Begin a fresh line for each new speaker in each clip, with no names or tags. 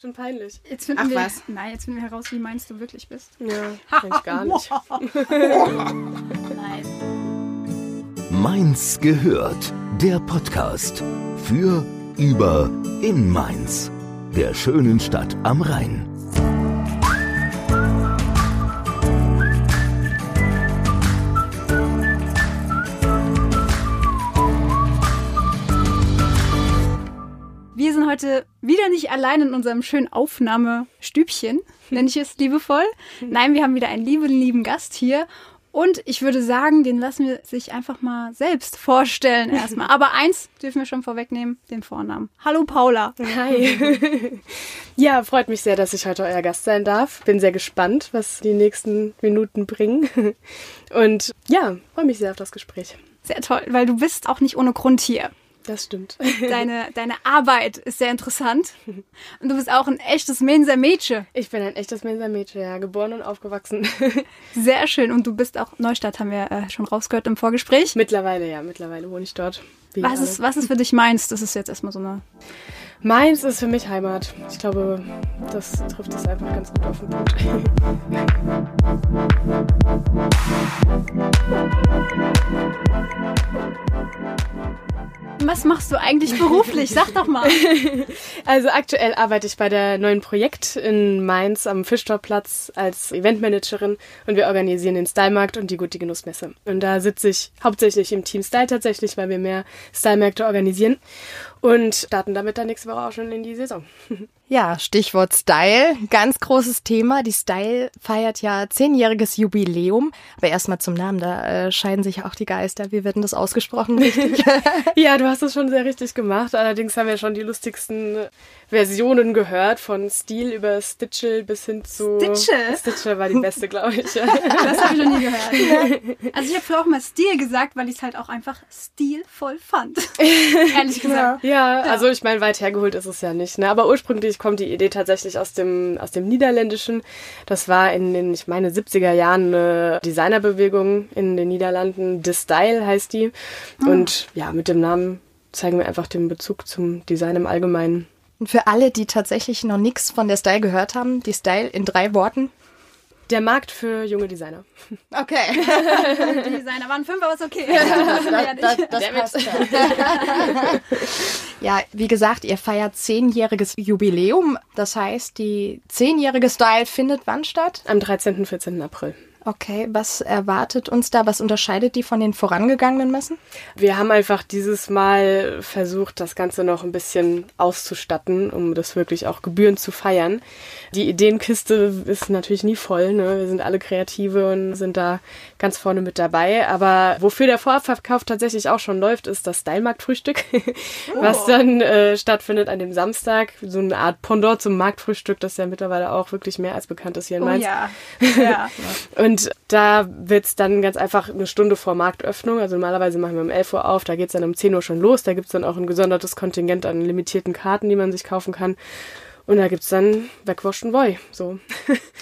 Schon peinlich.
Jetzt finden
Ach
wir,
was.
Nein, jetzt finden wir heraus, wie meinst du wirklich bist.
Ja, kenn ich gar nicht.
Nein.
Mainz gehört. Der Podcast für, über, in Mainz. Der schönen Stadt am Rhein.
Wir sind heute wieder nicht allein in unserem schönen Aufnahmestübchen, nenne ich es liebevoll. Nein, wir haben wieder einen lieben, lieben Gast hier. Und ich würde sagen, den lassen wir sich einfach mal selbst vorstellen erstmal. Aber eins dürfen wir schon vorwegnehmen, den Vornamen. Hallo Paula.
Hi. ja, freut mich sehr, dass ich heute euer Gast sein darf. Bin sehr gespannt, was die nächsten Minuten bringen. Und ja, freue mich sehr auf das Gespräch.
Sehr toll, weil du bist auch nicht ohne Grund hier.
Das stimmt.
Deine, deine Arbeit ist sehr interessant. Und du bist auch ein echtes Menser Mädchen.
Ich bin ein echtes Mensa-Mädchen, ja, geboren und aufgewachsen.
Sehr schön. Und du bist auch Neustadt, haben wir äh, schon rausgehört im Vorgespräch.
mittlerweile, ja, mittlerweile wohne ich dort. Wie
Was
alle.
ist, was ist für dich meins? Das ist jetzt erstmal so eine.
Mainz ist für mich Heimat. Ich glaube, das trifft es einfach ganz gut auf den Punkt.
Was machst du eigentlich beruflich? Sag doch mal.
Also aktuell arbeite ich bei der neuen Projekt in Mainz am Fischtorplatz als Eventmanagerin und wir organisieren den Stylemarkt und die Gute Genussmesse. Und da sitze ich hauptsächlich im Team Style tatsächlich, weil wir mehr Stylemärkte organisieren und starten damit dann nächste Woche auch schon in die Saison.
Ja, Stichwort Style. Ganz großes Thema. Die Style feiert ja zehnjähriges Jubiläum. Aber erstmal zum Namen, da äh, scheiden sich auch die Geister. Wie wird denn das ausgesprochen? Richtig?
Ja, du hast es schon sehr richtig gemacht. Allerdings haben wir schon die lustigsten Versionen gehört, von Stil über Stitchel bis hin zu...
Stitchel?
Stitchel war die beste, glaube ich. Ja.
Das habe ich noch nie gehört. Also ich habe früher auch mal Stil gesagt, weil ich es halt auch einfach stilvoll fand. Ehrlich gesagt.
Ja, also ich meine, weit hergeholt ist es ja nicht. Ne? Aber ursprünglich kommt die Idee tatsächlich aus dem, aus dem Niederländischen. Das war in den, ich meine, 70er Jahren eine Designerbewegung in den Niederlanden. The Style heißt die. Und ja, mit dem Namen zeigen wir einfach den Bezug zum Design im Allgemeinen.
Und für alle, die tatsächlich noch nichts von der Style gehört haben, die Style in drei Worten.
Der Markt für junge Designer.
Okay.
Die Designer waren fünf, aber ist okay. Ja, nicht.
passt ja, wie gesagt, ihr feiert zehnjähriges Jubiläum. Das heißt, die zehnjährige Style findet wann statt?
Am 13. und 14. April.
Okay, was erwartet uns da? Was unterscheidet die von den vorangegangenen Messen?
Wir haben einfach dieses Mal versucht, das Ganze noch ein bisschen auszustatten, um das wirklich auch gebührend zu feiern. Die Ideenkiste ist natürlich nie voll. Ne? Wir sind alle Kreative und sind da ganz vorne mit dabei. Aber wofür der Vorverkauf tatsächlich auch schon läuft, ist das Steinmarktfrühstück,
Oh.
was dann äh, stattfindet an dem Samstag. So eine Art Pendant zum Marktfrühstück, das ja mittlerweile auch wirklich mehr als bekannt ist hier in
Oh
Mainz.
ja. ja.
Und da wird's dann ganz einfach eine Stunde vor Marktöffnung. Also normalerweise machen wir um 11 Uhr auf, da geht's dann um 10 Uhr schon los. Da gibt's dann auch ein gesondertes Kontingent an limitierten Karten, die man sich kaufen kann. Und da gibt's dann Backwash and Boy. So.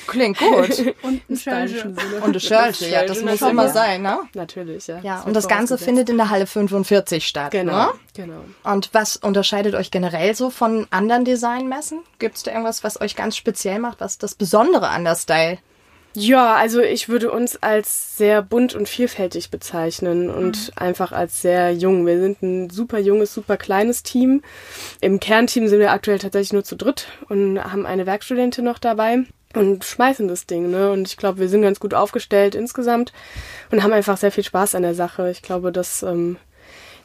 Klingt gut.
Und ein Schölche.
Und eine Schörche, ja, das
Schölchen
muss
natürlich.
immer sein, ne?
Natürlich, ja.
Ja,
wird
und das Ganze
vorausgesetzt.
findet in der Halle 45 statt.
Genau,
Ne?
genau.
Und was unterscheidet euch generell so von anderen Designmessen? Gibt es da irgendwas, was euch ganz speziell macht? Was ist das Besondere an der Style?
Ja, also ich würde uns als sehr bunt und vielfältig bezeichnen und einfach als sehr jung. Wir sind ein super junges, super kleines Team. Im Kernteam sind wir aktuell tatsächlich nur zu dritt und haben eine Werkstudentin noch dabei und schmeißen das Ding. Ne? Und ich glaube, wir sind ganz gut aufgestellt insgesamt und haben einfach sehr viel Spaß an der Sache. Ich glaube, dass ähm,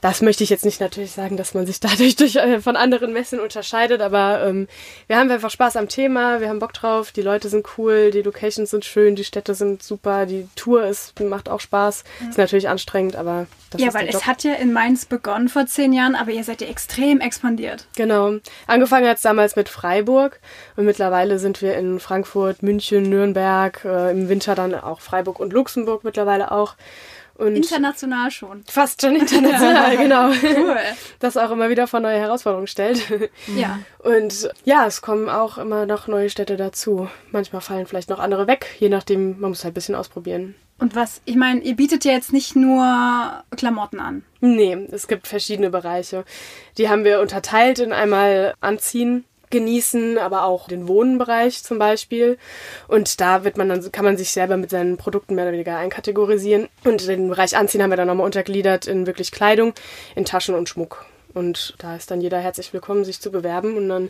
das möchte ich jetzt nicht natürlich sagen, dass man sich dadurch durch, äh, von anderen Messen unterscheidet, aber ähm, wir haben einfach Spaß am Thema, wir haben Bock drauf, die Leute sind cool, die Locations sind schön, die Städte sind super, die Tour ist, macht auch Spaß. Ist natürlich anstrengend, aber das
Ja,
ist
weil
der
es
Job.
hat ja in Mainz begonnen vor zehn Jahren, aber ihr seid ja extrem expandiert.
Genau. Angefangen hat es damals mit Freiburg und mittlerweile sind wir in Frankfurt, München, Nürnberg, äh, im Winter dann auch Freiburg und Luxemburg mittlerweile auch. Und
International schon.
fast schon international, genau.
Cool.
Das auch immer wieder vor neue Herausforderungen stellt.
Ja.
Und ja, es kommen auch immer noch neue Städte dazu. Manchmal fallen vielleicht noch andere weg, je nachdem, man muss halt ein bisschen ausprobieren.
Und was, ich meine, ihr bietet ja jetzt nicht nur Klamotten an.
Nee, es gibt verschiedene Bereiche. Die haben wir unterteilt in einmal Anziehen, genießen, aber auch den Wohnbereich zum Beispiel. Und da wird man dann, kann man sich selber mit seinen Produkten mehr oder weniger einkategorisieren. Und den Bereich Anziehen haben wir dann nochmal untergliedert in wirklich Kleidung, in Taschen und Schmuck. Und da ist dann jeder herzlich willkommen, sich zu bewerben und dann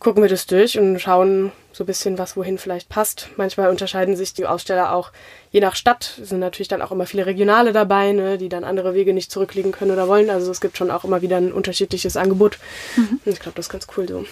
gucken wir das durch und schauen so ein bisschen, was wohin vielleicht passt. Manchmal unterscheiden sich die Aussteller auch je nach Stadt. Es sind natürlich dann auch immer viele Regionale dabei, ne, die dann andere Wege nicht zurücklegen können oder wollen. Also es gibt schon auch immer wieder ein unterschiedliches Angebot. Und ich glaube, das ist ganz cool so.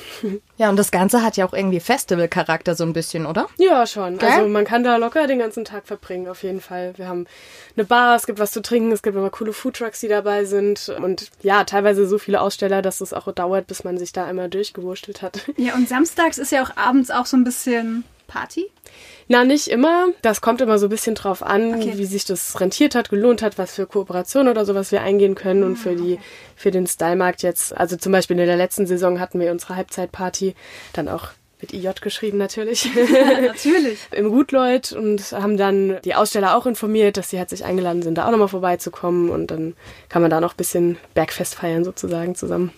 Ja, und das Ganze hat ja auch irgendwie Festivalcharakter so ein bisschen, oder?
Ja, schon. Also man kann da locker den ganzen Tag verbringen, auf jeden Fall. Wir haben eine Bar, es gibt was zu trinken, es gibt immer coole Foodtrucks, die dabei sind. Und ja, teilweise so viele Aussteller, dass es auch dauert, bis man sich da einmal durchgewurstelt hat.
Ja, und samstags ist ja auch abends auch so ein bisschen Party.
Na, nicht immer. Das kommt immer so ein bisschen drauf an,
Okay.
wie sich das rentiert hat, gelohnt hat, was für Kooperationen oder sowas wir eingehen können und für die für den Stylemarkt jetzt. Also zum Beispiel in der letzten Saison hatten wir unsere Halbzeitparty, dann auch mit IJ geschrieben natürlich.
Ja, natürlich.
im Gutleut und haben dann die Aussteller auch informiert, dass sie herzlich eingeladen sind, da auch nochmal vorbeizukommen und dann kann man da noch ein bisschen Bergfest feiern sozusagen zusammen.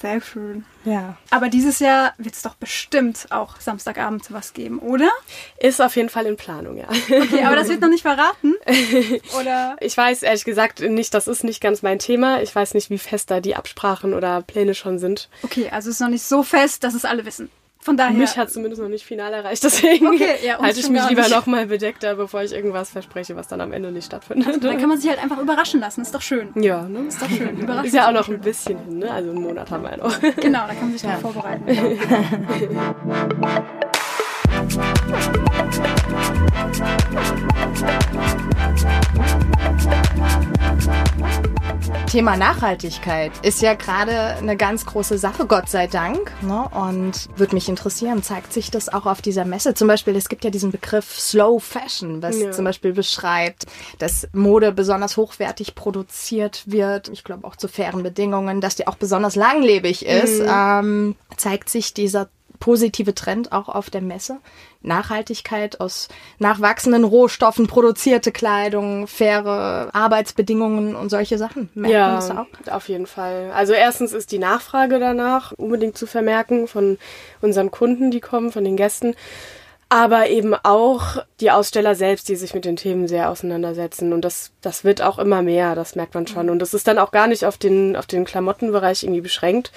Sehr schön.
Ja.
Aber dieses Jahr wird es doch bestimmt auch Samstagabend was geben, oder?
Ist auf jeden Fall in Planung, ja.
Okay, aber das wird noch nicht verraten. Oder?
Ich weiß ehrlich gesagt nicht, das ist nicht ganz mein Thema. Ich weiß nicht, wie fest da die Absprachen oder Pläne schon sind.
Okay, also ist noch nicht so fest, dass es alle wissen. Von daher.
Mich hat zumindest noch nicht final erreicht, deswegen
Okay, ja, uns
halte ich
schon
mich
gar
lieber
nicht.
nochmal bedeckter, bevor ich irgendwas verspreche, was dann am Ende nicht stattfindet.
dann kann man sich halt einfach überraschen lassen. Ist doch schön.
ja, ne? Ist doch schön.
Überraschung
Ist ja auch noch ein bisschen hin, ne? Also einen Monat haben wir ja noch.
Genau, da kann man sich drauf vorbereiten.
Thema Nachhaltigkeit ist ja gerade eine ganz große Sache, Gott sei Dank. Ne? Und würde mich interessieren, zeigt sich das auch auf dieser Messe? Zum Beispiel, es gibt ja diesen Begriff Slow Fashion, was
Ja.
zum Beispiel beschreibt, dass Mode besonders hochwertig produziert wird. Ich glaube auch zu fairen Bedingungen, dass die auch besonders langlebig ist. Ähm, zeigt sich dieser positive Trend auch auf der Messe? Nachhaltigkeit aus nachwachsenden Rohstoffen, produzierte Kleidung, faire Arbeitsbedingungen und solche Sachen. Merkt man das auch?
auf jeden Fall. Also erstens ist die Nachfrage danach unbedingt zu vermerken von unseren Kunden, die kommen, von den Gästen. Aber eben auch die Aussteller selbst, die sich mit den Themen sehr auseinandersetzen. Und das, das wird auch immer mehr, das merkt man
Mhm.
schon. Und das ist dann auch gar nicht auf den, auf den Klamottenbereich irgendwie beschränkt.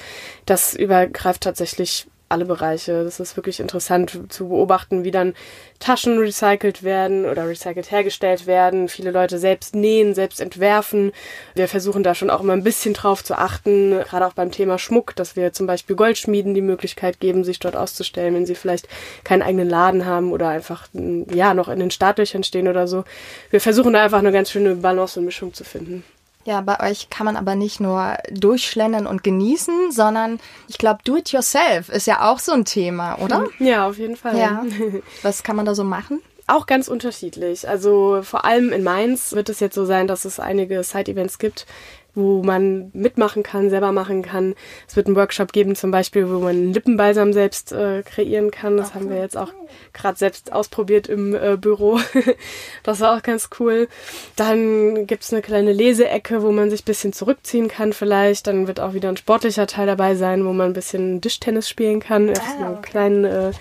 Das übergreift tatsächlich alle Bereiche. Das ist wirklich interessant zu beobachten, wie dann Taschen recycelt werden oder recycelt hergestellt werden. Viele Leute selbst nähen, selbst entwerfen. Wir versuchen da schon auch immer ein bisschen drauf zu achten, gerade auch beim Thema Schmuck, dass wir zum Beispiel Goldschmieden die Möglichkeit geben, sich dort auszustellen, wenn sie vielleicht keinen eigenen Laden haben oder einfach mm, ja noch in den Startlöchern stehen oder so. Wir versuchen da einfach eine ganz schöne Balance und Mischung zu finden.
Ja, bei euch kann man aber nicht nur durchschlendern und genießen, sondern ich glaube, do it yourself ist ja auch so ein Thema, oder?
Ja, auf jeden Fall.
Hm. Ja. Was kann man da so machen?
Auch ganz unterschiedlich. Also vor allem in Mainz wird es jetzt so sein, dass es einige Side-Events gibt, wo man mitmachen kann, selber machen kann. Es wird einen Workshop geben zum Beispiel, wo man einen Lippenbalsam selbst äh, kreieren kann. Das haben wir jetzt auch gerade selbst ausprobiert im äh, Büro. das war auch ganz cool. Dann gibt's eine kleine Leseecke, wo man sich ein bisschen zurückziehen kann vielleicht. Dann wird auch wieder ein sportlicher Teil dabei sein, wo man ein bisschen Tischtennis spielen kann. Auf so einer kleinen, äh,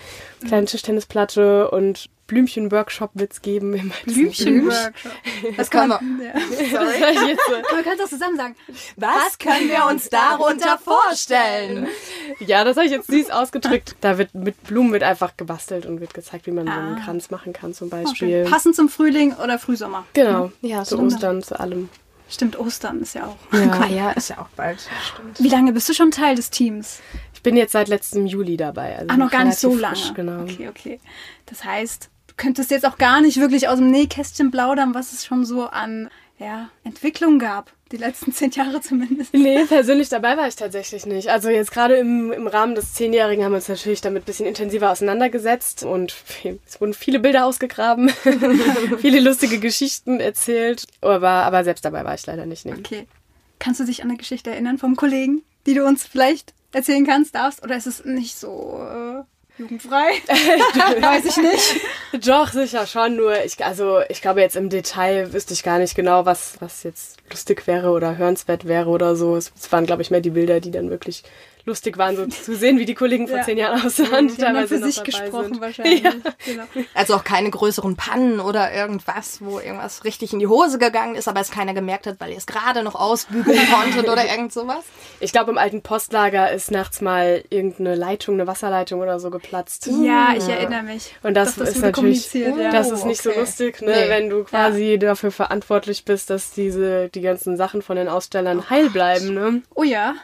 kleinen Tischtennisplatte und Blümchen-Workshop wird's geben. Wir meinten-
Blümchen-Workshop.
Das kann man.
Ja.
Das war ich jetzt so.
Aber wir können es auch zusammen sagen.
Was können wir uns darunter vorstellen?
Ja, das habe ich jetzt süß ausgedrückt. Da wird mit Blumen wird einfach gebastelt und wird gezeigt, wie man so einen
Ah.
Kranz machen kann zum
Oh, schön.
Beispiel.
Passend zum Frühling oder Frühsommer.
Genau.
Ja,
zu
stimmt.
Ostern, zu allem.
Stimmt, Ostern ist ja auch.
Ja, ja, ist ja auch bald.
Wie lange bist du schon Teil des Teams?
Ich bin jetzt seit letztem Juli dabei. Also
Ach, noch gar nicht so lange.
relativ frisch, genau.
Okay, okay. Das heißt, du könntest jetzt auch gar nicht wirklich aus dem Nähkästchen plaudern, was es schon so an ja, Entwicklung gab. Die letzten zehn Jahre zumindest.
Nee, persönlich dabei war ich tatsächlich nicht. Also jetzt gerade im, im Rahmen des Zehnjährigen haben wir uns natürlich damit ein bisschen intensiver auseinandergesetzt und viel- es wurden viele Bilder ausgegraben, viele lustige Geschichten erzählt. Aber, aber selbst dabei war ich leider nicht. Nee.
Okay. Kannst du dich an eine Geschichte erinnern vom Kollegen, die du uns vielleicht erzählen kannst, darfst? Oder ist es nicht so äh, jugendfrei? Weiß ich nicht.
Doch, sicher schon, nur ich, also ich glaube jetzt im Detail wüsste ich gar nicht genau, was, was jetzt lustig wäre oder hörenswert wäre oder so. Es, es waren, glaube ich, mehr die Bilder, die dann wirklich lustig waren, so zu sehen, wie die Kollegen vor
Ja. Mhm,
zehn Jahren aussahen, die
Die haben dann
teilweise
für
noch
sich
dabei
gesprochen
sind.
wahrscheinlich. Genau.
Also auch keine größeren Pannen oder irgendwas, wo irgendwas richtig in die Hose gegangen ist, aber es keiner gemerkt hat, weil ihr es gerade noch ausbügeln konntet oder irgend sowas.
Ich glaube, im alten Postlager ist nachts mal irgendeine Leitung, eine Wasserleitung oder so geplatzt.
Ja, ich erinnere mich.
Uh. Und das,
Doch, das
ist
wurde
natürlich, Uh.
kommuniziert, ja.
das ist nicht
Okay.
so lustig, ne,
Nee.
wenn du quasi dafür verantwortlich bist, dass diese, die ganzen Sachen von den Ausstellern heil bleiben, ne?
Oh ja.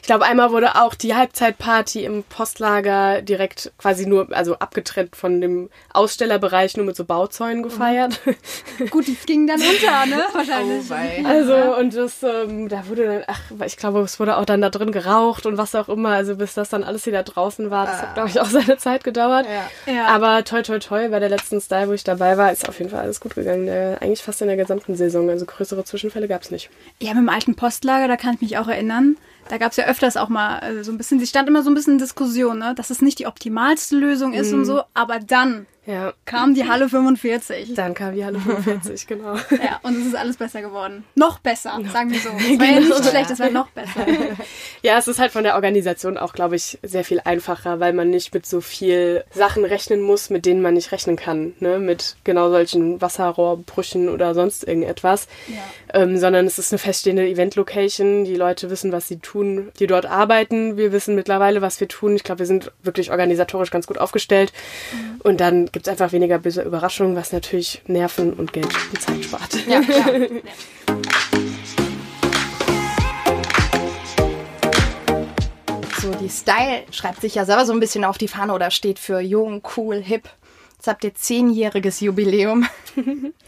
Ich glaube, einmal wurde auch die Halbzeitparty im Postlager direkt quasi nur, also abgetrennt von dem Ausstellerbereich nur mit so Bauzäunen gefeiert.
Gut, die gingen dann unter, ne? Wahrscheinlich.
Also, und das, ähm, da wurde dann, ach, ich glaube, es wurde auch dann da drin geraucht und was auch immer. Also, bis das dann alles wieder draußen war, das hat, glaube ich, auch seine Zeit gedauert.
Ja.
Ja.
Aber toi, toi, toi, bei der letzten Style, wo ich dabei war, ist auf jeden Fall alles gut gegangen. Äh, eigentlich fast in der gesamten Saison. Also, größere Zwischenfälle gab es nicht.
Ja, mit dem alten Postlager, da kann ich mich auch erinnern. Da gab es ja öfters auch mal äh, so ein bisschen, sie stand immer so ein bisschen in Diskussion, ne? dass es nicht die optimalste Lösung ist
Mhm.
und so. Aber dann
Ja,
kam die Halle 45.
dann kam die Halle 45, genau.
Ja, und es ist alles besser geworden. Noch besser, sagen wir so. Es war ja
Genau.
nicht schlecht, es war noch besser.
Ja, es ist halt von der Organisation auch, glaube ich, sehr viel einfacher, weil man nicht mit so viel Sachen rechnen muss, mit denen man nicht rechnen kann. Ne? Mit genau solchen Wasserrohrbrüchen oder sonst irgendetwas. Ähm, sondern es ist eine feststehende Event-Location. Die Leute wissen, was sie tun, die dort arbeiten. Wir wissen mittlerweile, was wir tun. Ich glaube, wir sind wirklich organisatorisch ganz gut aufgestellt. Und dann gibt es einfach weniger böse Überraschungen, was natürlich Nerven und Geld und Zeit spart.
Ja, ja. So, die Style schreibt sich ja selber so ein bisschen auf die Fahne oder steht für jung, cool, hip. Jetzt habt ihr zehnjähriges Jubiläum.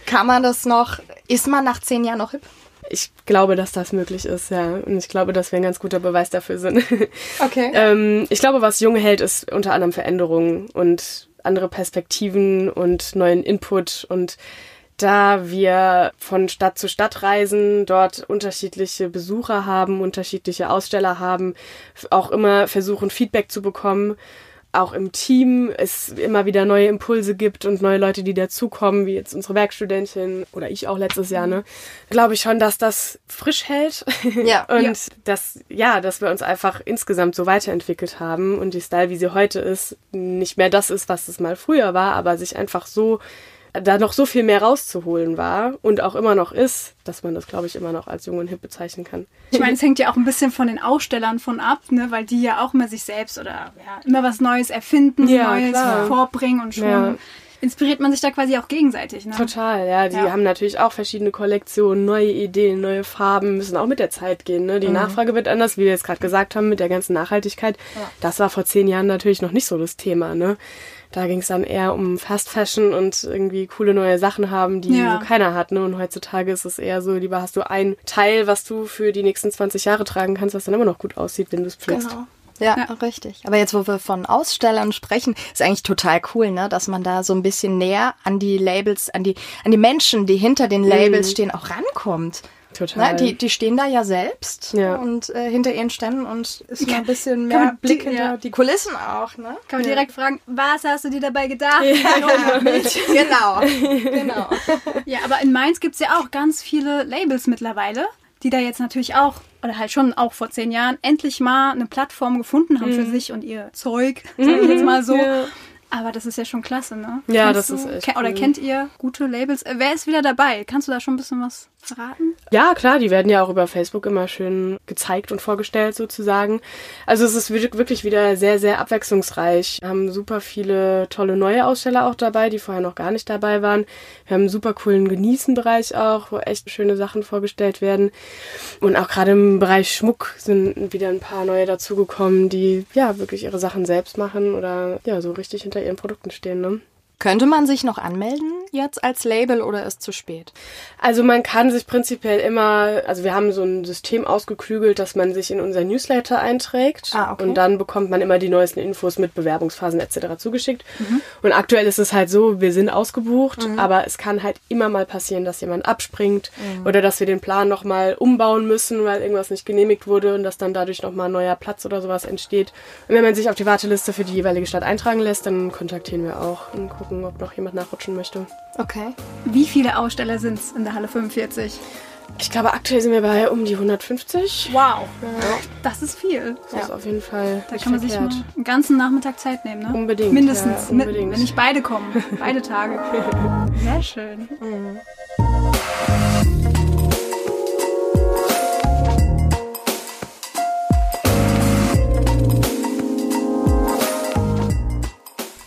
Kann man das noch? Ist man nach zehn Jahren noch hip?
Ich glaube, dass das möglich ist, ja. Und ich glaube, dass wir ein ganz guter Beweis dafür sind.
Okay.
ähm, ich glaube, was jung hält, ist unter anderem Veränderungen und andere Perspektiven und neuen Input. Und da wir von Stadt zu Stadt reisen, dort unterschiedliche Besucher haben, unterschiedliche Aussteller haben, f- auch immer versuchen, Feedback zu bekommen. Auch im Team es immer wieder neue Impulse gibt und neue Leute, die dazukommen, wie jetzt unsere Werkstudentin oder ich auch letztes Jahr, ne? Glaube ich schon, dass das frisch hält.
Ähm, Ja.
Und
Ja.
dass, ja, dass wir uns einfach insgesamt so weiterentwickelt haben und die Style, wie sie heute ist, nicht mehr das ist, was es mal früher war, aber sich einfach so, da noch so viel mehr rauszuholen war und auch immer noch ist, dass man das, glaube ich, immer noch als jung und hip bezeichnen kann.
Ich meine, es hängt ja auch ein bisschen von den Ausstellern von ab, ne? weil die ja auch immer sich selbst oder ja, immer was Neues erfinden,
Ja,
Neues
klar.
vorbringen und schon
Ja.
inspiriert man sich da quasi auch gegenseitig. Ne?
Total, ja. Die
Ja.
haben natürlich auch verschiedene Kollektionen, neue Ideen, neue Farben, müssen auch mit der Zeit gehen. Ne? Die Nachfrage wird anders, wie wir jetzt gerade gesagt haben, mit der ganzen Nachhaltigkeit. Das war vor zehn Jahren natürlich noch nicht so das Thema. Ne? Da ging es dann eher um Fast Fashion und irgendwie coole neue Sachen haben, die
Ja.
so keiner hat. Ne? Und heutzutage ist es eher so, lieber hast du ein Teil, was du für die nächsten 20 Jahre tragen kannst, was dann immer noch gut aussieht, wenn du es pflegst.
Genau. Ja, richtig. Aber jetzt, wo wir von Ausstellern sprechen, ist eigentlich total cool, ne? dass man da so ein bisschen näher an die Labels, an die, an die Menschen, die hinter den Labels stehen, auch rankommt.
Total.
Ne? Die, die stehen da ja selbst
Ja.
und äh, hinter ihren Ständen und ist mal ein
kann
bisschen mehr
man
Blick
die-
hinter
ja.
die Kulissen auch. Ne?
Kann man direkt fragen, was hast du dir dabei gedacht? Warum?
genau, genau.
Ja, aber in Mainz gibt's ja auch ganz viele Labels mittlerweile, die da jetzt natürlich auch, oder halt schon auch vor zehn Jahren, endlich mal eine Plattform gefunden haben für sich und ihr Zeug, sag ich jetzt mal so.
Mhm. Ja.
Aber das ist ja schon klasse, ne?
Ja, das
du,
ist echt
ke- Oder
cool.
kennt ihr gute Labels? Äh, Wer ist wieder dabei? Kannst du da schon ein bisschen was verraten?
Ja, klar, die werden ja auch über Facebook immer schön gezeigt und vorgestellt sozusagen. Also es ist wir- wirklich wieder sehr, sehr abwechslungsreich. Wir haben super viele tolle neue Aussteller auch dabei, die vorher noch gar nicht dabei waren. Wir haben einen super coolen Genießenbereich auch, wo echt schöne Sachen vorgestellt werden. Und auch gerade im Bereich Schmuck sind wieder ein paar neue dazugekommen, die ja wirklich ihre Sachen selbst machen oder ja so richtig hinter ihren Produkten stehen. Ne?
Könnte man sich noch anmelden jetzt als Label oder ist zu spät?
Also man kann sich prinzipiell immer, also wir haben so ein System ausgeklügelt, dass man sich in unser Newsletter einträgt
Ah, okay.
und dann bekommt man immer die neuesten Infos mit Bewerbungsphasen etc. zugeschickt.
Mhm.
Und aktuell ist es halt so, wir sind ausgebucht, aber es kann halt immer mal passieren, dass jemand abspringt
Mhm.
oder dass wir den Plan nochmal umbauen müssen, weil irgendwas nicht genehmigt wurde und dass dann dadurch nochmal ein neuer Platz oder sowas entsteht. Und wenn man sich auf die Warteliste für die jeweilige Stadt eintragen lässt, dann kontaktieren wir auch und gucken, ob noch jemand nachrutschen möchte.
Okay.
Wie viele Aussteller sind's in der Halle 45?
Ich glaube, aktuell sind wir bei um die 150.
Wow, das ist viel.
Das ist auf jeden Fall.
Äh, Da
nicht
kann man sich mal
verkehrt.
einen ganzen Nachmittag Zeit nehmen, ne?
Unbedingt,
Mindestens,
ja, unbedingt.
Mit, wenn nicht beide kommen. Beide Tage. Sehr schön. Mhm.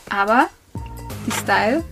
Aber die Style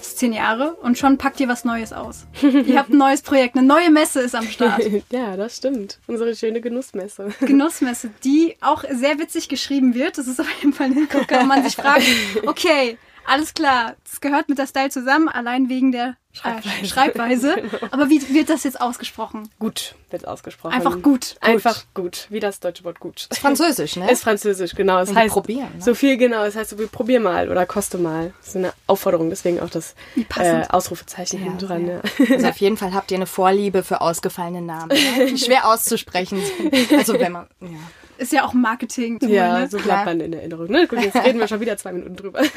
ist zehn Jahre und schon packt ihr was Neues aus. ihr habt ein neues Projekt, eine neue Messe ist am Start.
Ja, das stimmt. Unsere schöne Genussmesse.
Genussmesse, die auch sehr witzig geschrieben wird. Das ist auf jeden Fall ein Hingucker, wo man sich fragt, okay, alles klar, das gehört mit der Style zusammen, allein wegen der Schreibweise. Äh, Schreibweise. Aber wie wird das jetzt ausgesprochen?
Gut wird ausgesprochen.
Einfach gut.
Einfach gut. Wie das deutsche Wort gut.
Französisch, ne?
Ist Französisch, genau. Es
Und die
heißt
probieren, ne?
so viel genau. Es heißt so viel probier mal oder koste mal. Das ist eine Aufforderung, deswegen auch das
Wie
äh,
passend.
Ausrufezeichen hinten dran. Ja.
Also auf jeden Fall habt ihr eine Vorliebe für ausgefallene Namen, ne? die schwer auszusprechen sind. Also wenn man, ja.
Ist ja auch ein Marketing.
Ja, so
Klar.
bleibt man in Erinnerung. Ne? Gut, jetzt reden wir schon wieder zwei Minuten drüber.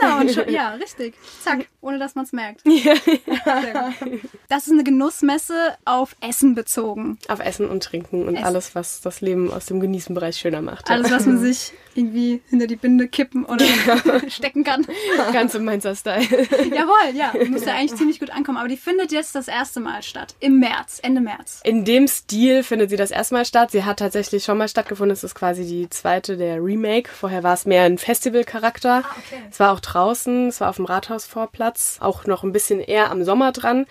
Genau, und schon, ja, richtig. Zack, ohne dass man es merkt. Sehr gut. Das ist eine Genussmesse auf Essen bezogen.
Auf Essen und Trinken und
Essen.
alles, was das Leben aus dem Genießenbereich schöner macht.
Alles, was man sich irgendwie hinter die Binde kippen oder stecken kann.
Ganz im Mainzer Style.
Jawohl, ja. Muss ja eigentlich ziemlich gut ankommen. Aber die findet jetzt das erste Mal statt. Im März, Ende März.
In dem Stil findet sie das erstmal statt. Sie hat tatsächlich schon mal stattgefunden. Es ist quasi die zweite der Remake. Vorher war es mehr ein Festivalcharakter.
okay.
Es war auch draußen, es war auf dem Rathausvorplatz, auch noch ein bisschen eher am Sommer dran.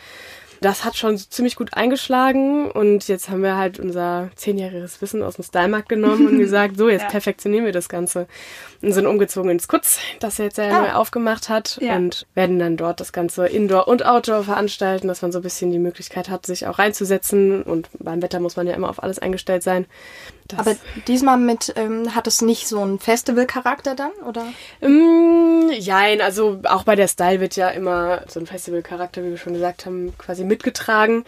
Das hat schon ziemlich gut eingeschlagen und jetzt haben wir halt unser zehnjähriges Wissen aus dem Stylemarkt genommen und gesagt, so jetzt
Ja.
perfektionieren wir das Ganze und sind umgezogen ins Kutz, das jetzt ja neu aufgemacht hat
Ah. Ja.
und werden dann dort das Ganze Indoor und Outdoor veranstalten, dass man so ein bisschen die Möglichkeit hat, sich auch reinzusetzen und beim Wetter muss man ja immer auf alles eingestellt sein. Das-
Aber diesmal mit, ähm, hat es nicht so einen Festivalcharakter dann, oder?
Mm, jein, also auch bei der Style wird ja immer so ein Festivalcharakter, wie wir schon gesagt haben, quasi mitgetragen.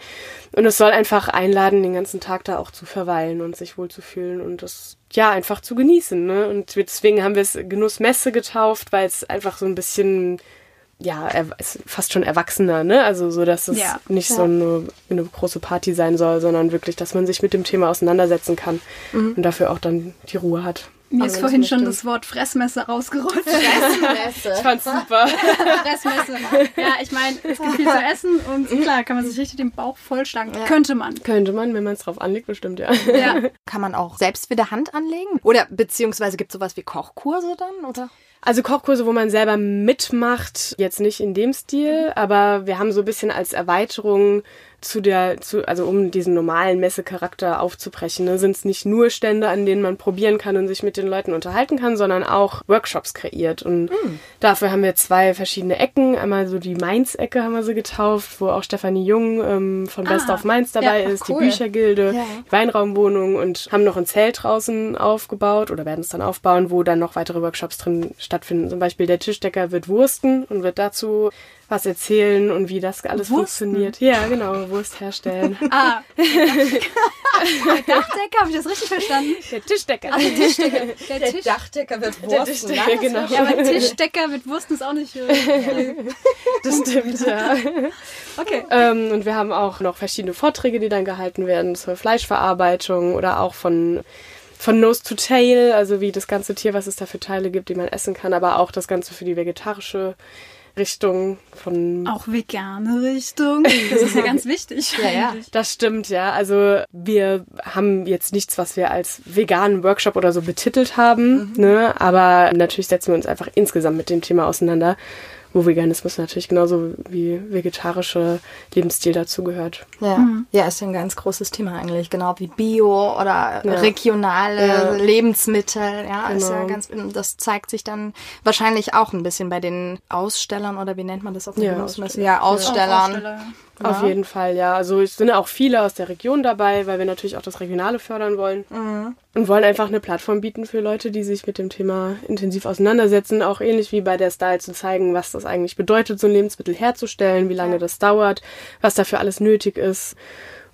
Und es soll einfach einladen, den ganzen Tag da auch zu verweilen und sich wohlzufühlen und das ja einfach zu genießen. Ne? Und deswegen haben wir es Genussmesse getauft, weil es einfach so ein bisschen ja, er ist fast schon erwachsener, ne? Also so, dass es
Ja.
nicht so eine, eine große Party sein soll, sondern wirklich, dass man sich mit dem Thema auseinandersetzen kann und dafür auch dann die Ruhe hat.
Mir
Also
ist
das
vorhin
möchte-
schon das Wort Fressmesser rausgerutscht.
Ich fand's super.
Fressmesser. Ja, ich meine, es gibt viel zu essen und klar, kann man sich richtig den Bauch vollschlagen. Könnte man.
Könnte man, wenn man es drauf anlegt, bestimmt, ja.
Ja.
Kann man auch selbst wieder Hand anlegen? Oder beziehungsweise gibt es sowas wie Kochkurse dann, oder?
Also Kochkurse, wo man selber mitmacht, jetzt nicht in dem Stil, aber wir haben so ein bisschen als Erweiterung zu der, zu, also um diesen normalen Messecharakter aufzubrechen, ne, sind es nicht nur Stände, an denen man probieren kann und sich mit den Leuten unterhalten kann, sondern auch Workshops kreiert. Und dafür haben wir zwei verschiedene Ecken. Einmal so die Mainz-Ecke haben wir sie getauft, wo auch Stefanie Jung ähm, von Best
Ah,
of Mainz dabei
ja,
ist,
cool.
die Büchergilde,
Ja.
die Weinraumwohnung und haben noch ein Zelt draußen aufgebaut oder werden es dann aufbauen, wo dann noch weitere Workshops drin stattfinden. Zum Beispiel der Tischdecker wird wursten und wird dazu was erzählen und wie das alles
Wursten?
funktioniert. Ja, genau, Wurst herstellen.
Ah. Dachdecker, habe ich das richtig verstanden?
der Tischdecker.
Der Tisch.
Dachdecker wird ne?
Tischdecker, genau.
Ja, aber Tischdecker mit Wursten ist auch nicht. äh,
Das stimmt, ja.
Okay.
Ähm, und wir haben auch noch verschiedene Vorträge, die dann gehalten werden zur Fleischverarbeitung oder auch von, von Nose to Tail, also wie das ganze Tier, was es da für Teile gibt, die man essen kann, aber auch das Ganze für die vegetarische Richtung von.
Auch vegane Richtung. Das ist ja ganz wichtig.
Ja, ja.
eigentlich.
Das stimmt, ja. Also wir haben jetzt nichts, was wir als veganen Workshop oder so betitelt haben, ne? aber natürlich setzen wir uns einfach insgesamt mit dem Thema auseinander, wo Veganismus natürlich genauso wie vegetarischer Lebensstil dazugehört.
Ja. ja, ist ja ein ganz großes Thema eigentlich, genau wie Bio oder
Ja.
regionale
Ja.
Lebensmittel. Ja, ist ja
Genau.
ganz, das zeigt sich dann wahrscheinlich auch ein bisschen bei den Ausstellern oder wie nennt man das auf der
Ja,
Genussmesse?
Aussteller.
Ja,
Auch
Ausstellern.
Aussteller.
Auf jeden Fall, ja. Also es sind auch viele aus der Region dabei, weil wir natürlich auch das Regionale fördern wollen und wollen einfach eine Plattform bieten für Leute, die sich mit dem Thema intensiv auseinandersetzen, auch ähnlich wie bei der Style zu zeigen, was das eigentlich bedeutet, so ein Lebensmittel herzustellen, wie lange das dauert, was dafür alles nötig ist.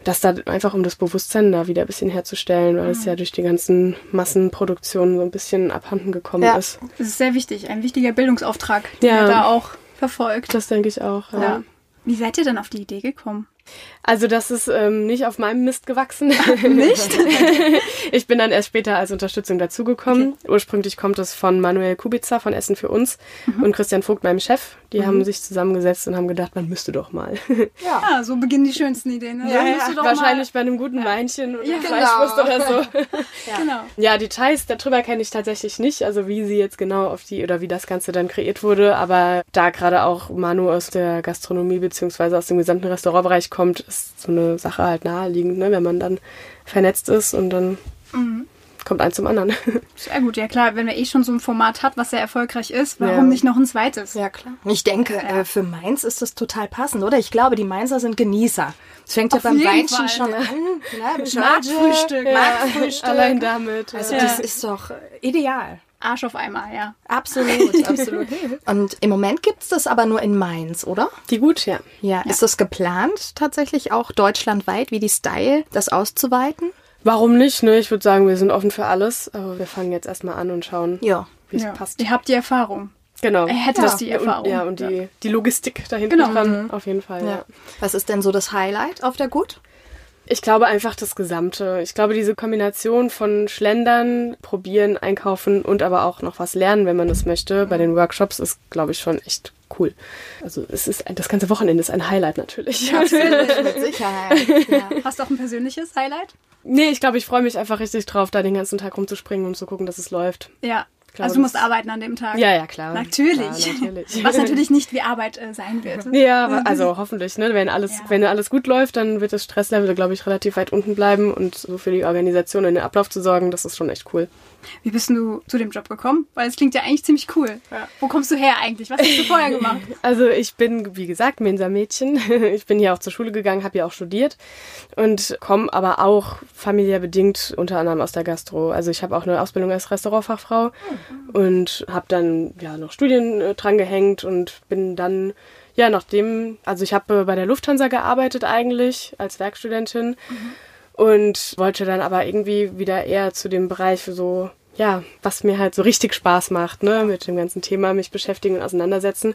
Das da einfach um das Bewusstsein da wieder ein bisschen herzustellen, weil es ja durch die ganzen Massenproduktionen so ein bisschen abhanden gekommen
Ja.
ist.
Das ist sehr wichtig. Ein wichtiger Bildungsauftrag, den
Ja.
er da auch verfolgt.
Das denke ich auch. Ja.
Ja. Wie seid ihr denn auf die Idee gekommen?
Also das ist ähm, nicht auf meinem Mist gewachsen.
Nicht?
ich bin dann erst später als Unterstützung dazugekommen. Ursprünglich kommt es von Manuel Kubica von Essen für uns
Mhm.
und Christian Vogt, meinem Chef. Die haben sich zusammengesetzt und haben gedacht, man müsste doch mal.
Ja.
Ja, Ah, so beginnen die schönsten Ideen. Ne?
Ja,
Dann
ja.
musst du doch
Wahrscheinlich bei einem guten Weinchen oder
Ja,
ja,
genau.
Fleischwurst oder so.
Mal, genau.
Ja, Details darüber kenne ich tatsächlich nicht, also wie sie jetzt genau auf die oder wie das Ganze dann kreiert wurde, aber da gerade auch Manu aus der Gastronomie beziehungsweise aus dem gesamten Restaurantbereich kommt, ist so eine Sache halt naheliegend, ne? wenn man dann vernetzt ist und dann
Mhm.
kommt eins zum anderen.
Sehr gut, ja klar, wenn man eh schon so ein Format hat, was sehr erfolgreich ist, warum
Ja.
nicht noch ein zweites?
Ja, klar. Und Ich denke, äh, für Mainz ist das total passend, oder? Ich glaube, die Mainzer sind Genießer. Es fängt ja
Auf
beim
jeden Fall.
Weinchen schon an. Ne?
Marktfrühstück.
Marktfrühstück.
Allein damit.
Also
ja.
das ist doch äh, ideal.
Arsch auf einmal, ja.
Absolut, absolut. Und im Moment gibt es das aber nur in Mainz, oder?
Die gut, ja.
Ja. Ist das geplant, tatsächlich auch deutschlandweit, wie die Style, das auszuweiten?
Warum nicht, ne? Ich würde sagen, wir sind offen für alles, aber wir fangen jetzt erstmal an und schauen,
Ja.
wie es
ja.
passt.
Ihr habt die Erfahrung.
Genau.
Ihr hättet
Ja.
die
Und,
Erfahrung.
ja, und die, die Logistik dahinter
Genau.
dran, auf jeden Fall. Ja.
ja. Was ist denn so das Highlight auf der Gut?
Ich glaube einfach das Gesamte. Ich glaube, diese Kombination von Schlendern, Probieren, Einkaufen und aber auch noch was lernen, wenn man das möchte, bei den Workshops ist, glaube ich, schon echt cool. Also es ist ein, das ganze Wochenende ist ein Highlight natürlich.
Mit Sicherheit. Ja.
Hast du auch ein persönliches Highlight?
nee, ich glaube, ich freue mich einfach richtig drauf, da den ganzen Tag rumzuspringen und zu gucken, dass es läuft.
Ja.
glaube,
also du musst
das-
arbeiten an dem Tag.
Ja, ja, klar.
Natürlich.
Klar, natürlich.
Was natürlich nicht wie Arbeit äh, sein wird.
Ja, aber- also hoffentlich, ne? Wenn alles,
Ja.
wenn alles gut läuft, dann wird das Stresslevel, glaube ich, relativ weit unten bleiben und so für die Organisation und den Ablauf zu sorgen, das ist schon echt cool.
Wie bist denn du zu dem Job gekommen? Weil es klingt ja eigentlich ziemlich cool. Wo kommst du her eigentlich? Was hast du vorher gemacht?
Also ich bin, wie gesagt, Mensa-Mädchen. Ich bin hier auch zur Schule gegangen, habe hier auch studiert und komme aber auch familiär bedingt unter anderem aus der Gastro. Also ich habe auch eine Ausbildung als Restaurantfachfrau und habe dann ja noch Studien äh, dran gehängt und bin dann ja nachdem, also ich habe äh, bei der Lufthansa gearbeitet eigentlich als Werkstudentin und wollte dann aber irgendwie wieder eher zu dem Bereich so ja, was mir halt so richtig Spaß macht, ne, mit dem ganzen Thema mich beschäftigen und auseinandersetzen.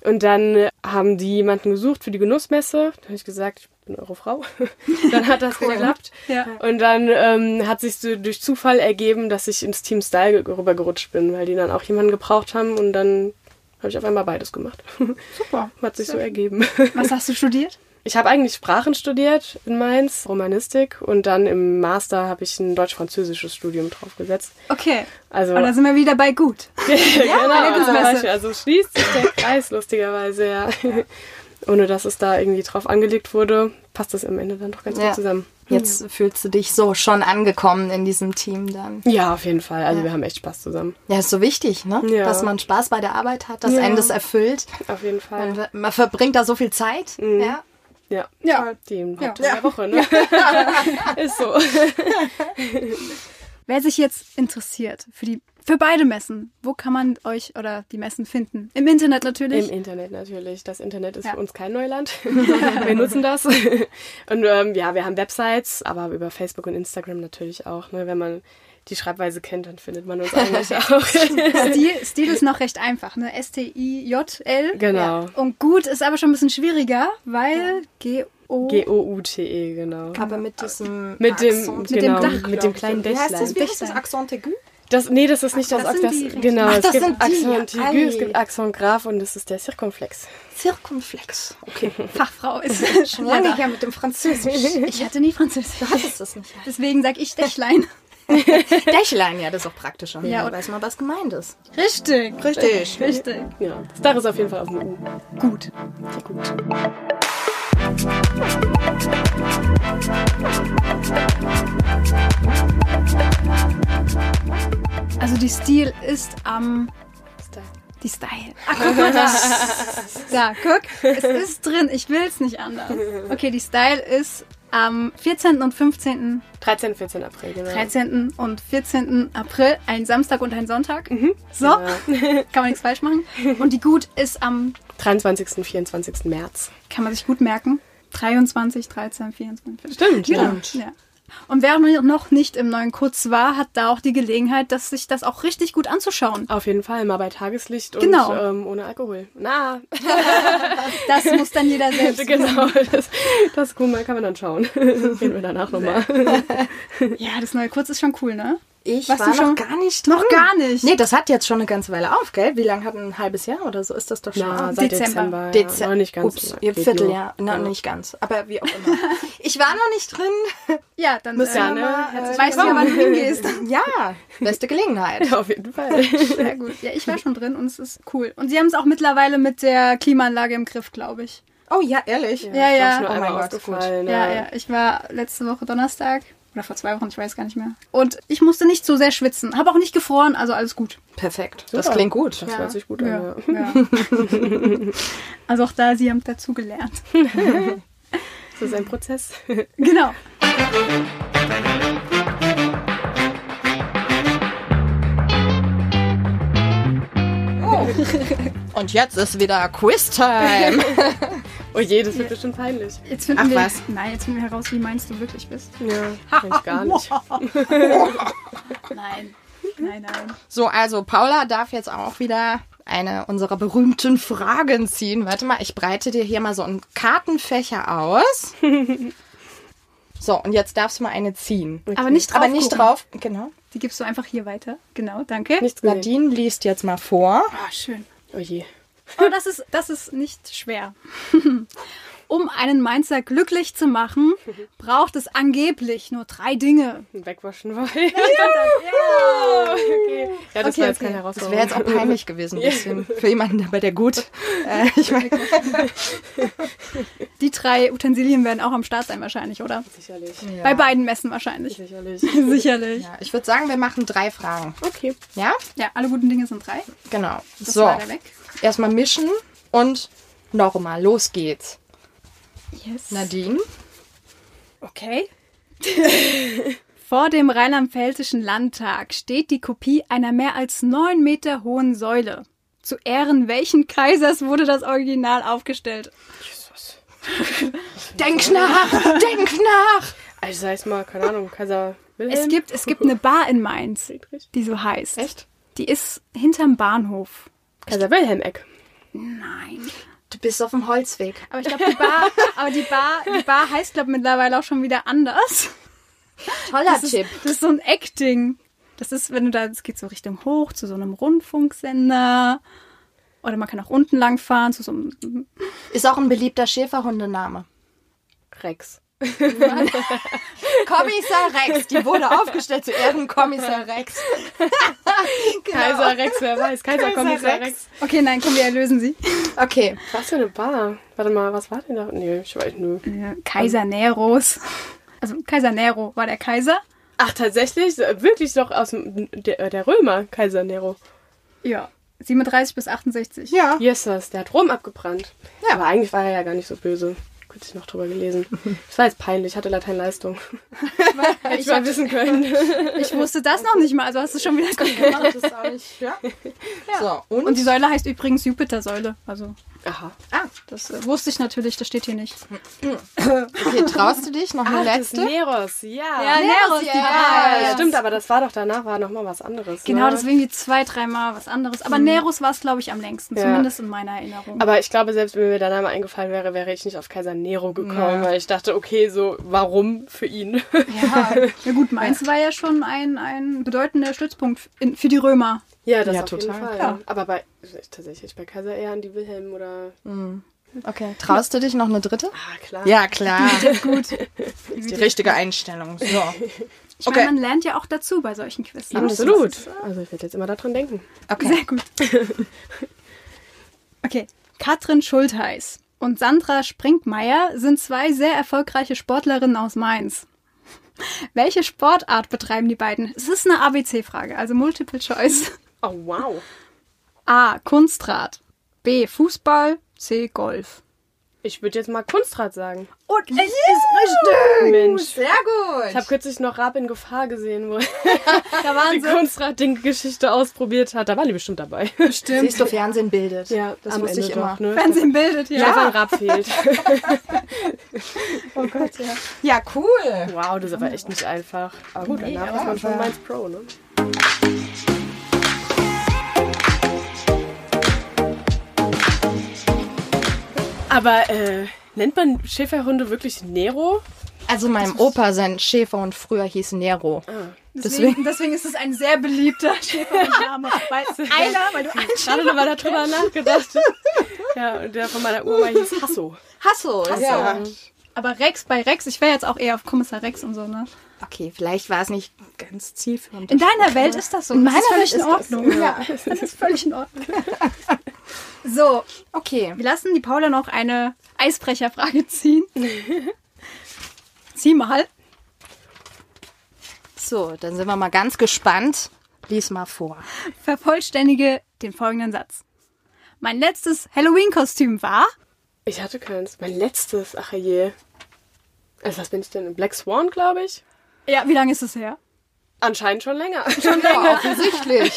Und dann äh, haben die jemanden gesucht für die Genussmesse. Da habe ich gesagt, ich bin eure Frau. dann hat das geklappt.
Ja.
Und dann ähm, hat sich so durch Zufall ergeben, dass ich ins Team Style ge- rübergerutscht bin, weil die dann auch jemanden gebraucht haben und dann habe ich auf einmal beides gemacht.
Super.
hat sich so ergeben.
Was hast du studiert?
Ich habe eigentlich Sprachen studiert in Mainz, Romanistik und dann im Master habe ich ein deutsch-französisches Studium draufgesetzt.
Okay.
Also
Und da sind wir wieder bei gut.
ja,
bei der
genau, zum
Gussmesse.
Beispiel. Also schließt sich der Kreis lustigerweise, ja. Ohne dass es da irgendwie drauf angelegt wurde, passt das am Ende dann doch ganz
Ja.
gut zusammen.
Jetzt fühlst du dich so schon angekommen in diesem Team dann.
Ja, auf jeden Fall. Also
Ja.
wir haben echt Spaß zusammen.
Ja, ist so wichtig, ne?
Ja.
Dass man Spaß bei der Arbeit hat, dass
Ja.
einen das erfüllt.
Auf jeden Fall.
Man, man verbringt da so viel Zeit. Ja.
ja.
Ja.
Den
Ja.
Hauptteil der Woche, ne? Ist so.
Wer sich jetzt interessiert für die für beide Messen, wo kann man euch oder die Messen finden? Im Internet natürlich.
Im Internet natürlich. Das Internet ist
Ja.
für uns kein Neuland. wir nutzen das. Und ähm, ja, wir haben Websites, aber über Facebook und Instagram natürlich auch. Ne? Wenn man die Schreibweise kennt, dann findet man uns eigentlich auch.
Äh, Stil, Stil ist noch recht einfach, ne? S-T-I-J-L.
Genau.
Und gut ist aber schon ein bisschen schwieriger, weil G-O.
G-O-U-T-E, genau.
Aber mit diesem
Mit dem,
Accent-
dem
genau,
Dach,
mit
glaub
dem
ich.
kleinen
Wie heißt das?
Dächlein.
Wie heißt das?
Dächlein.
Accent aigu?
Das, nee, das ist nicht das,
Das sind die
das
richtigen.
Genau,
Ach,
es
das
gibt
sind die.
Accent aigu, es
Ei.
gibt Accent grave und das ist der Zirkumflex.
Zirkumflex. Okay.
Fachfrau ist schon
Schon lange
lange.
her mit dem Französisch.
Ich hatte nie Französisch.
Du hattest das nicht.
Deswegen sage ich Dächlein.
Dächlein, ja, das ist auch praktischer.
Ja,
Ja,
und-
weiß man, was gemeint ist.
Richtig.
Richtig.
Richtig.
Ja, das Dach ist auf jeden Fall auf dem U.
Gut.
Ja, gut.
Also die Stil ist am. Die Style. Ah, guck mal da. da, guck. Es ist drin. Ich will es nicht anders. Okay, die Style ist am 14. und 15.
13, 14 April, genau.
13. und 14. April, ein Samstag und ein Sonntag. So, kann man nichts falsch machen. Und die Gut ist am,
23. 24. März.
kann man sich gut merken, 23, 13, 24.
Stimmt,
Genau.
stimmt.
Ja. Und wer noch nicht im neuen Kurz war, hat da auch die Gelegenheit, dass sich das auch richtig gut anzuschauen.
Auf jeden Fall, mal bei Tageslicht
Genau.
und ähm, ohne Alkohol. Na,
Das muss dann jeder selbst.
genau, das, das Kuma kann man dann schauen. Reden wir danach nochmal.
Ja, das neue Kurz ist schon cool, ne?
Ich
Warst
war
du
noch
schon-
gar nicht
Noch
drin.
gar nicht.
Nee, das hat jetzt schon eine ganze Weile auf, gell? Wie lange hat ein halbes Jahr oder so ist das doch schon?
Na,
auf?
seit Dezember.
Dezember.
Dezember.
Ja, noch nicht ganz.
Ups,
Ja,
ihr
geht
Vierteljahr.
noch.
Na,
Ja.
nicht ganz. Aber wie auch immer. ich war noch nicht drin.
Ja, dann
Müsst ihr,
äh,
ne? Herzlich
weißt du, wann du hingehst.
Ja, beste Gelegenheit.
Ja, auf jeden Fall.
Sehr gut. Ja, ich war schon drin und es ist cool. Und sie haben es auch mittlerweile mit der Klimaanlage im Griff, glaube ich.
Oh ja, ehrlich.
Ja,
Ich glaub,
ja.
Oh
Ist mir
mein
einmal
Gott, gut.
aufgefallen.
Ja, ja. Ich war letzte Woche Donnerstag oder vor zwei Wochen, ich weiß gar nicht mehr. Und ich musste nicht so sehr schwitzen. Habe auch nicht gefroren, also alles gut.
Perfekt. Das
Super.
klingt gut.
Das hört sich gut an.
Ja.
Ja.
ja. also auch da, sie haben dazu gelernt.
Das ist ein Prozess.
Genau.
Und jetzt ist wieder Quiz-Time.
Oh je, das wird bestimmt peinlich.
Jetzt finden
Ach,
wir,
was?
Nein, jetzt finden wir heraus, wie meinst du wirklich bist.
Ja, kann ich gar nicht.
Nein. Nein, nein.
so, also Paula darf jetzt auch wieder eine unserer berühmten Fragen ziehen. Warte mal, ich breite dir hier mal so einen Kartenfächer aus. So, und jetzt darfst du mal eine ziehen.
Aber nicht drauf.
Aber nicht
gucken.
drauf. Genau.
Die gibst du einfach hier weiter. Genau, danke.
Nichts gesehen.
Nadine liest jetzt mal vor.
Ah, schön.
Oh je.
Oh, das ist, das ist nicht schwer. um einen Mainzer glücklich zu machen, braucht es angeblich nur drei Dinge.
Wegwaschen war. Ja. okay. Ja, das war jetzt
Okay, okay.
keine
Das
Herausforderung.
wäre jetzt auch peinlich gewesen, ein bisschen. Für jemanden, der bei der gut. Äh, ich meine,
Die drei Utensilien werden auch am Start sein wahrscheinlich, oder?
Sicherlich.
Bei beiden Messen wahrscheinlich.
Sicherlich.
Sicherlich.
ja, ich würde sagen, wir machen drei Fragen.
Okay.
Ja?
Ja, alle guten Dinge sind drei.
Genau.
Das
so,
war der weg.
erstmal mischen und nochmal. Los geht's.
Yes.
Nadine.
Okay. Vor dem Rheinland-Pfälzischen Landtag steht die Kopie einer mehr als neun Meter hohen Säule. Zu Ehren welchen Kaisers wurde das Original aufgestellt?
Denk nach! Denk nach!
Also sei es mal, keine Ahnung, Kaiser Wilhelm.
Es gibt, es gibt eine Bar in Mainz,
Friedrich?
die so heißt.
Echt?
Die ist hinterm Bahnhof.
Kaiser Wilhelm-Eck.
Nein.
Du bist auf dem Holzweg.
Aber ich glaube, die Bar, aber die Bar, die Bar heißt, glaube mittlerweile auch schon wieder anders.
Toller
Das ist,
Tipp.
das ist so ein Acting. Das ist, wenn du da, es geht so Richtung hoch zu so einem Rundfunksender. Oder man kann auch unten lang fahren zu so einem.
Ist auch ein beliebter Schäferhundename.
Rex.
Kommissar Rex. Die wurde aufgestellt zu Ehren Kommissar Rex. Genau.
Kaiser Rex, wer weiß. Kaiser,
Kaiser
Kommissar
Rex.
Rex.
Okay, nein, komm, wir erlösen sie.
Okay.
Was für eine Bar? Warte mal, was war denn da? Nee, ich weiß nicht.
Äh, Kaiser Neros. Also Kaiser Nero war der Kaiser.
Ach, tatsächlich? Wirklich doch aus dem, der, äh, der Römer, Kaiser Nero.
Ja. 37 bis 68.
Ja.
Jesus, der hat Rom abgebrannt.
Ja.
Aber eigentlich war er ja gar nicht so böse. Könnte ich noch drüber gelesen. Das war jetzt peinlich, ich hatte Lateinleistung. Hätte ich mal wissen können.
Ich wusste das noch nicht mal, also hast du schon wieder gut gemacht.
Das ist auch nicht. Ja. So, und?
Und die Säule heißt übrigens Jupiter-Säule. Also,
Aha.
ah,
das äh, wusste ich natürlich, das steht hier nicht.
okay, traust du dich? Noch eine
Ah, das
letzte?
Neros, ja.
Neros,
die
Ah,
Yes.
Stimmt, aber das war doch danach, war nochmal was anderes.
Genau,
ne?
deswegen die zwei, dreimal was anderes. Aber Neros war es, glaube ich, am längsten,
Ja.
zumindest in meiner Erinnerung.
Aber ich glaube, selbst wenn mir der Name eingefallen wäre, wäre ich nicht auf Kaiser Nero gekommen, weil ich dachte, okay, so, warum für ihn?
ja. ja gut, Mainz war ja schon ein, ein bedeutender Stützpunkt in, für die Römer.
Ja, das
Ja,
auf
total.
jeden Fall.
Ja.
Aber bei, tatsächlich bei Kaiser eher an die Wilhelm oder...
Okay. Traust du dich noch eine dritte?
Ah, klar.
Ja, klar.
Gut.
Die richtige Einstellung. So.
Ich
Okay.
meine, man lernt ja auch dazu bei solchen Quiz.
Absolut. Also ich werde jetzt immer daran denken.
Okay.
Sehr gut. Okay. Katrin Schultheiß und Sandra Sprinkmeier sind zwei sehr erfolgreiche Sportlerinnen aus Mainz. Welche Sportart betreiben die beiden? Es ist eine ABC-Frage, also Multiple Choice.
Oh, wow.
A. Kunstrad. B. Fußball. C. Golf. Mhm.
Ich würde jetzt mal Kunstrad sagen.
Und es ist richtig.
Mensch.
Sehr gut.
Ich habe kürzlich noch Rab in Gefahr gesehen, wo er
Da
die
waren sie.
Kunstrading-Geschichte ausprobiert hat. Da waren die bestimmt dabei.
Siehst du, Fernsehen bildet.
Ja,
das
am
wusste
Ende
ich
doch,
immer.
Ne?
Fernsehen bildet, ja.
Stefan Raab fehlt.
Oh Gott, ja. Ja, cool.
Wow, das ist aber echt nicht einfach. Aber gut, danach
Nee,
ist man schon
aber-
Mainz Pro, ne? Aber äh, nennt man Schäferhunde wirklich Nero?
Also meinem Opa sein Schäfer und früher hieß Nero.
Deswegen, deswegen ist es ein sehr beliebter Schäferhund-Name. Weil einer, weil du einen
Gerade noch mal darüber nachgedacht. ja, und der von meiner Oma hieß Hasso.
Hasso, ja.
Aber Rex bei Rex, ich wäre jetzt auch eher auf Kommissar Rex und so, ne?
Okay, vielleicht war es nicht ganz zielführend.
In deiner Welt ist das so.
In
das ist
meiner
völlig
Welt
in
ist das
Ordnung.
so, ja.
Das, ist völlig in Ordnung. So,
Okay.
wir lassen die Paula noch eine Eisbrecherfrage ziehen. Zieh mal.
So, dann sind wir mal ganz gespannt. Lies mal vor.
Vervollständige den folgenden Satz. Mein letztes Halloween-Kostüm war.
Ich hatte keins. Mein letztes, ach je. Also was bin ich denn? Black Swan, glaube ich?
Ja, wie lange ist es her?
Anscheinend schon länger.
Ja, offensichtlich.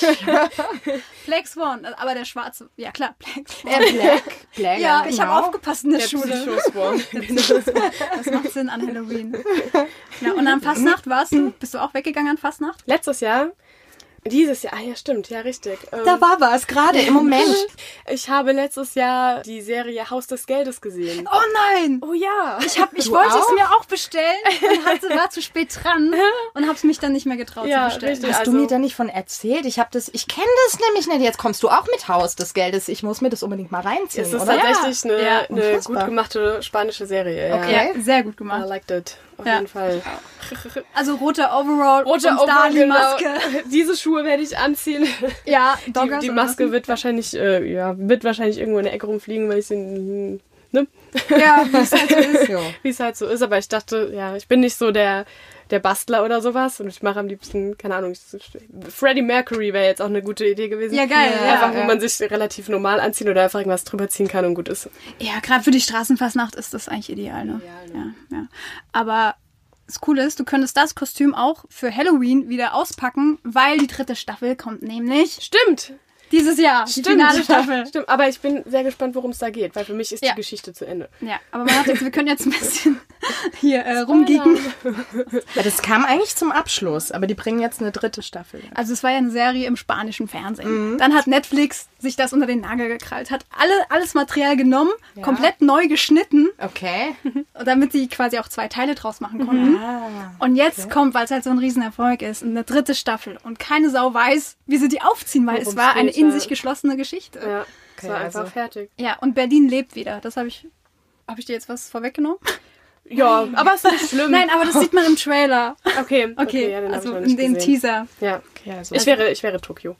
Black Swan, aber der schwarze. Ja, klar, Black Swan.
Äh, Black. Black.
Ja, ich habe
genau.
aufgepasst in der,
Der
Schule.
Psycho-Swan.
Das macht Sinn an Halloween. Ja, und an Fastnacht warst du? Bist du auch weggegangen an Fastnacht?
Letztes Jahr? Dieses Jahr? Ah ja, stimmt. Ja, richtig. Ähm,
Da war was, gerade im Moment.
Ich habe letztes Jahr die Serie Haus des Geldes gesehen.
Oh nein!
Oh ja.
Ich, hab, ich
Du
wollte es
auch?
mir auch bestellen und hatte, war zu spät dran und habe es mich dann nicht mehr getraut
Ja,
zu bestellen.
richtig.
Hast
Also-
du mir da nicht von erzählt? Ich habe das, ich kenne das nämlich nicht. Jetzt kommst du auch mit Haus des Geldes. Ich muss mir das unbedingt mal reinziehen,
Es ist
oder?
tatsächlich eine,
Ja,
eine
unfassbar.
gut gemachte spanische Serie. Ja.
Okay.
Ja, sehr gut
I
gemacht.
liked it. Auf
Ja.
jeden Fall.
Also roter Overall und
Overall,
Dali-Maske.
genau. Diese Schuhe werde ich anziehen.
Ja,
Die,
Doggers
die
oder
Maske wird wahrscheinlich, äh, ja, wird wahrscheinlich irgendwo in der Ecke rumfliegen, weil ich sie, ne,
was? Ja, wie es halt so ist.
Ja.
wie es halt so ist. Aber ich dachte, ja, ich bin nicht so der, der Bastler oder sowas und ich mache am liebsten, keine Ahnung, ich, Freddie Mercury wäre jetzt auch eine gute Idee gewesen.
Ja, geil. Ja,
Einfach, wo
ja.
man sich relativ normal anziehen oder einfach irgendwas drüber ziehen kann und gut ist.
ja gerade für die Straßenfastnacht ist das eigentlich ideal, ne? Ja, ja. Aber das Coole ist, du könntest das Kostüm auch für Halloween wieder auspacken, weil die dritte Staffel kommt nämlich
Stimmt.
dieses Jahr. Die finale Staffel.
Stimmt, aber ich bin sehr gespannt, worum es da geht, weil für mich ist
Ja.
die Geschichte zu Ende.
Ja, aber man hat jetzt, wir können jetzt ein bisschen hier äh, rumgeeken.
Ja, das kam eigentlich zum Abschluss, aber die bringen jetzt eine dritte Staffel.
Also es war ja eine Serie im spanischen Fernsehen.
Mhm.
Dann hat Netflix sich das unter den Nagel gekrallt, hat alle, alles Material genommen, komplett neu geschnitten,
Okay.
damit sie quasi auch zwei Teile draus machen
Mhm.
konnten.
Ah,
Und jetzt kommt, weil es halt so ein Riesenerfolg ist, eine dritte Staffel und keine Sau weiß, wie sie die aufziehen, weil es
Worum's
war eine
geht,
in
ja.
sich geschlossene Geschichte.
Ja, es war
also-
einfach fertig.
Ja, und Berlin lebt wieder. Das habe ich. Habe ich dir jetzt was vorweggenommen?
Ja, aber es ist nicht schlimm.
Nein, aber das sieht man im Trailer.
okay, okay,
Okay,
ja, den
also
habe ich noch
in
nicht
den
gesehen.
Teaser.
Ja,
Okay, also
ich wäre, ich wäre Tokio.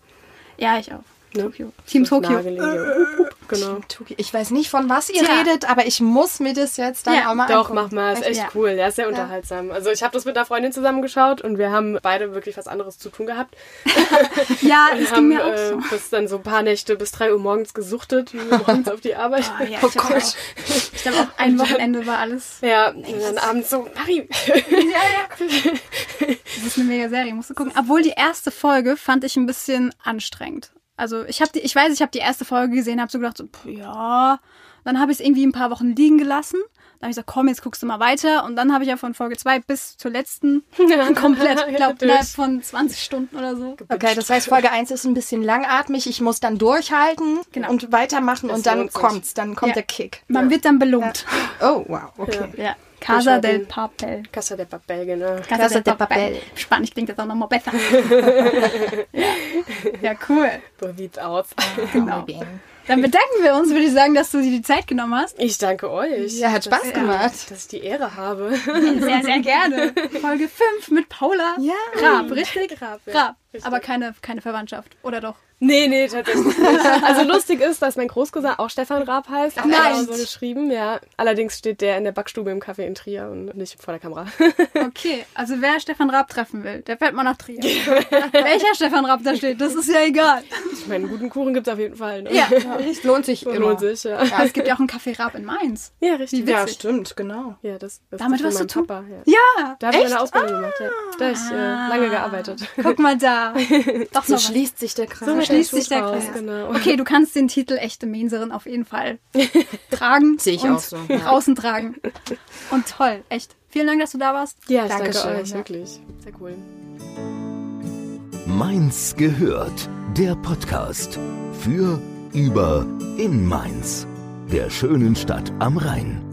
Ja, ich auch.
Ne?
Tokio. Team
Das
Tokio. Äh,
nahegelegene. Upp, upp, Genau.
Tuki, ich weiß nicht, von was ihr
Tja.
redet, aber ich muss mir das jetzt dann
Ja,
auch mal
Doch,
angucken.
mach mal, ist echt
Ja.
cool, ja, ist sehr unterhaltsam. Also ich habe das mit einer Freundin zusammengeschaut und wir haben beide wirklich was anderes zu tun gehabt.
Ja,
Wir
Ah, das ging
haben
mir auch
äh,
so.
bis dann so ein paar Nächte bis drei Uhr morgens gesuchtet, wie wir morgens auf die Arbeit.
Oh, ja, ich hab auch- Ich glaube auch ein Wochenende war alles.
Ja, und dann abends so, Mari,
Das ist eine mega Serie, musst du gucken. Obwohl die erste Folge fand ich ein bisschen anstrengend. Also ich habe die, ich weiß, ich habe die erste Folge gesehen, habe so gedacht, so, pff, ja. Dann habe ich es irgendwie ein paar Wochen liegen gelassen. Dann habe ich gesagt, komm, jetzt guckst du mal weiter. Und dann habe ich ja von Folge 2 bis zur letzten komplett, ich glaube, innerhalb von 20 Stunden oder so.
Okay, das heißt, Folge 1 ist ein bisschen langatmig. Ich muss dann durchhalten
Genau.
und weitermachen
Das
und dann
lohnt sich.
kommt's. Dann kommt
Ja.
der Kick.
Man wird dann belohnt.
Oh, wow. Okay.
Ja. Casa
Ich werde
del
den-
Papel.
Casa de Papel, genau.
Casa de Papel.
Spanisch klingt das auch nochmal besser. ja. ja, cool.
Probiert aus.
Genau. Dann bedanken wir uns, würde ich sagen, dass du dir die Zeit genommen hast.
Ich danke euch.
Ja, hat Spaß
dass,
gemacht.
Dass ich die Ehre habe.
Sehr, sehr gerne. Folge 5 mit Paula
Ja.
Grab, richtig?
Grab, ja.
Grab. Aber keine, keine Verwandtschaft. Oder doch?
Nee, nee, tatsächlich nicht. Also lustig ist, dass mein Großcousin auch Stefan Raab heißt. Auch
Nein.
genauso geschrieben, ja. Allerdings steht der in der Backstube im Café in Trier und nicht vor der Kamera.
Okay, also wer Stefan Raab treffen will, der fährt mal nach Trier. Welcher Stefan Raab da steht, das ist ja egal.
Ich meine, guten Kuchen gibt's auf jeden Fall. Ne?
Ja,
Es lohnt sich immer.
Lohnt sich, ja.
Ja.
es gibt ja auch einen Café Raab in Mainz.
Genau. Ja, richtig.
Wie
Ja,
witzig.
stimmt, genau.
Ja, das ist
Damit
von
was
meinem
zu tun?
Papa. Ja.
Ja, Ah.
Da habe ich meine Ausbildung gemacht. Ja. Da habe ich äh, lange gearbeitet.
guck mal da. Doch
So
was.
schließt sich der Kreis.
So schließt sich der
Raus,
Kreis.
genau.
Okay, du kannst den Titel echte Menserin auf jeden Fall tragen.
Sehe ich
und
auch so, ja.
Draußen tragen. Und toll, echt. Vielen Dank, dass du da warst.
Ja, ich danke
Dankeschön,
euch,
ja.
wirklich. Sehr cool.
Mainz gehört, der Podcast für, über, in Mainz, der schönen Stadt am Rhein.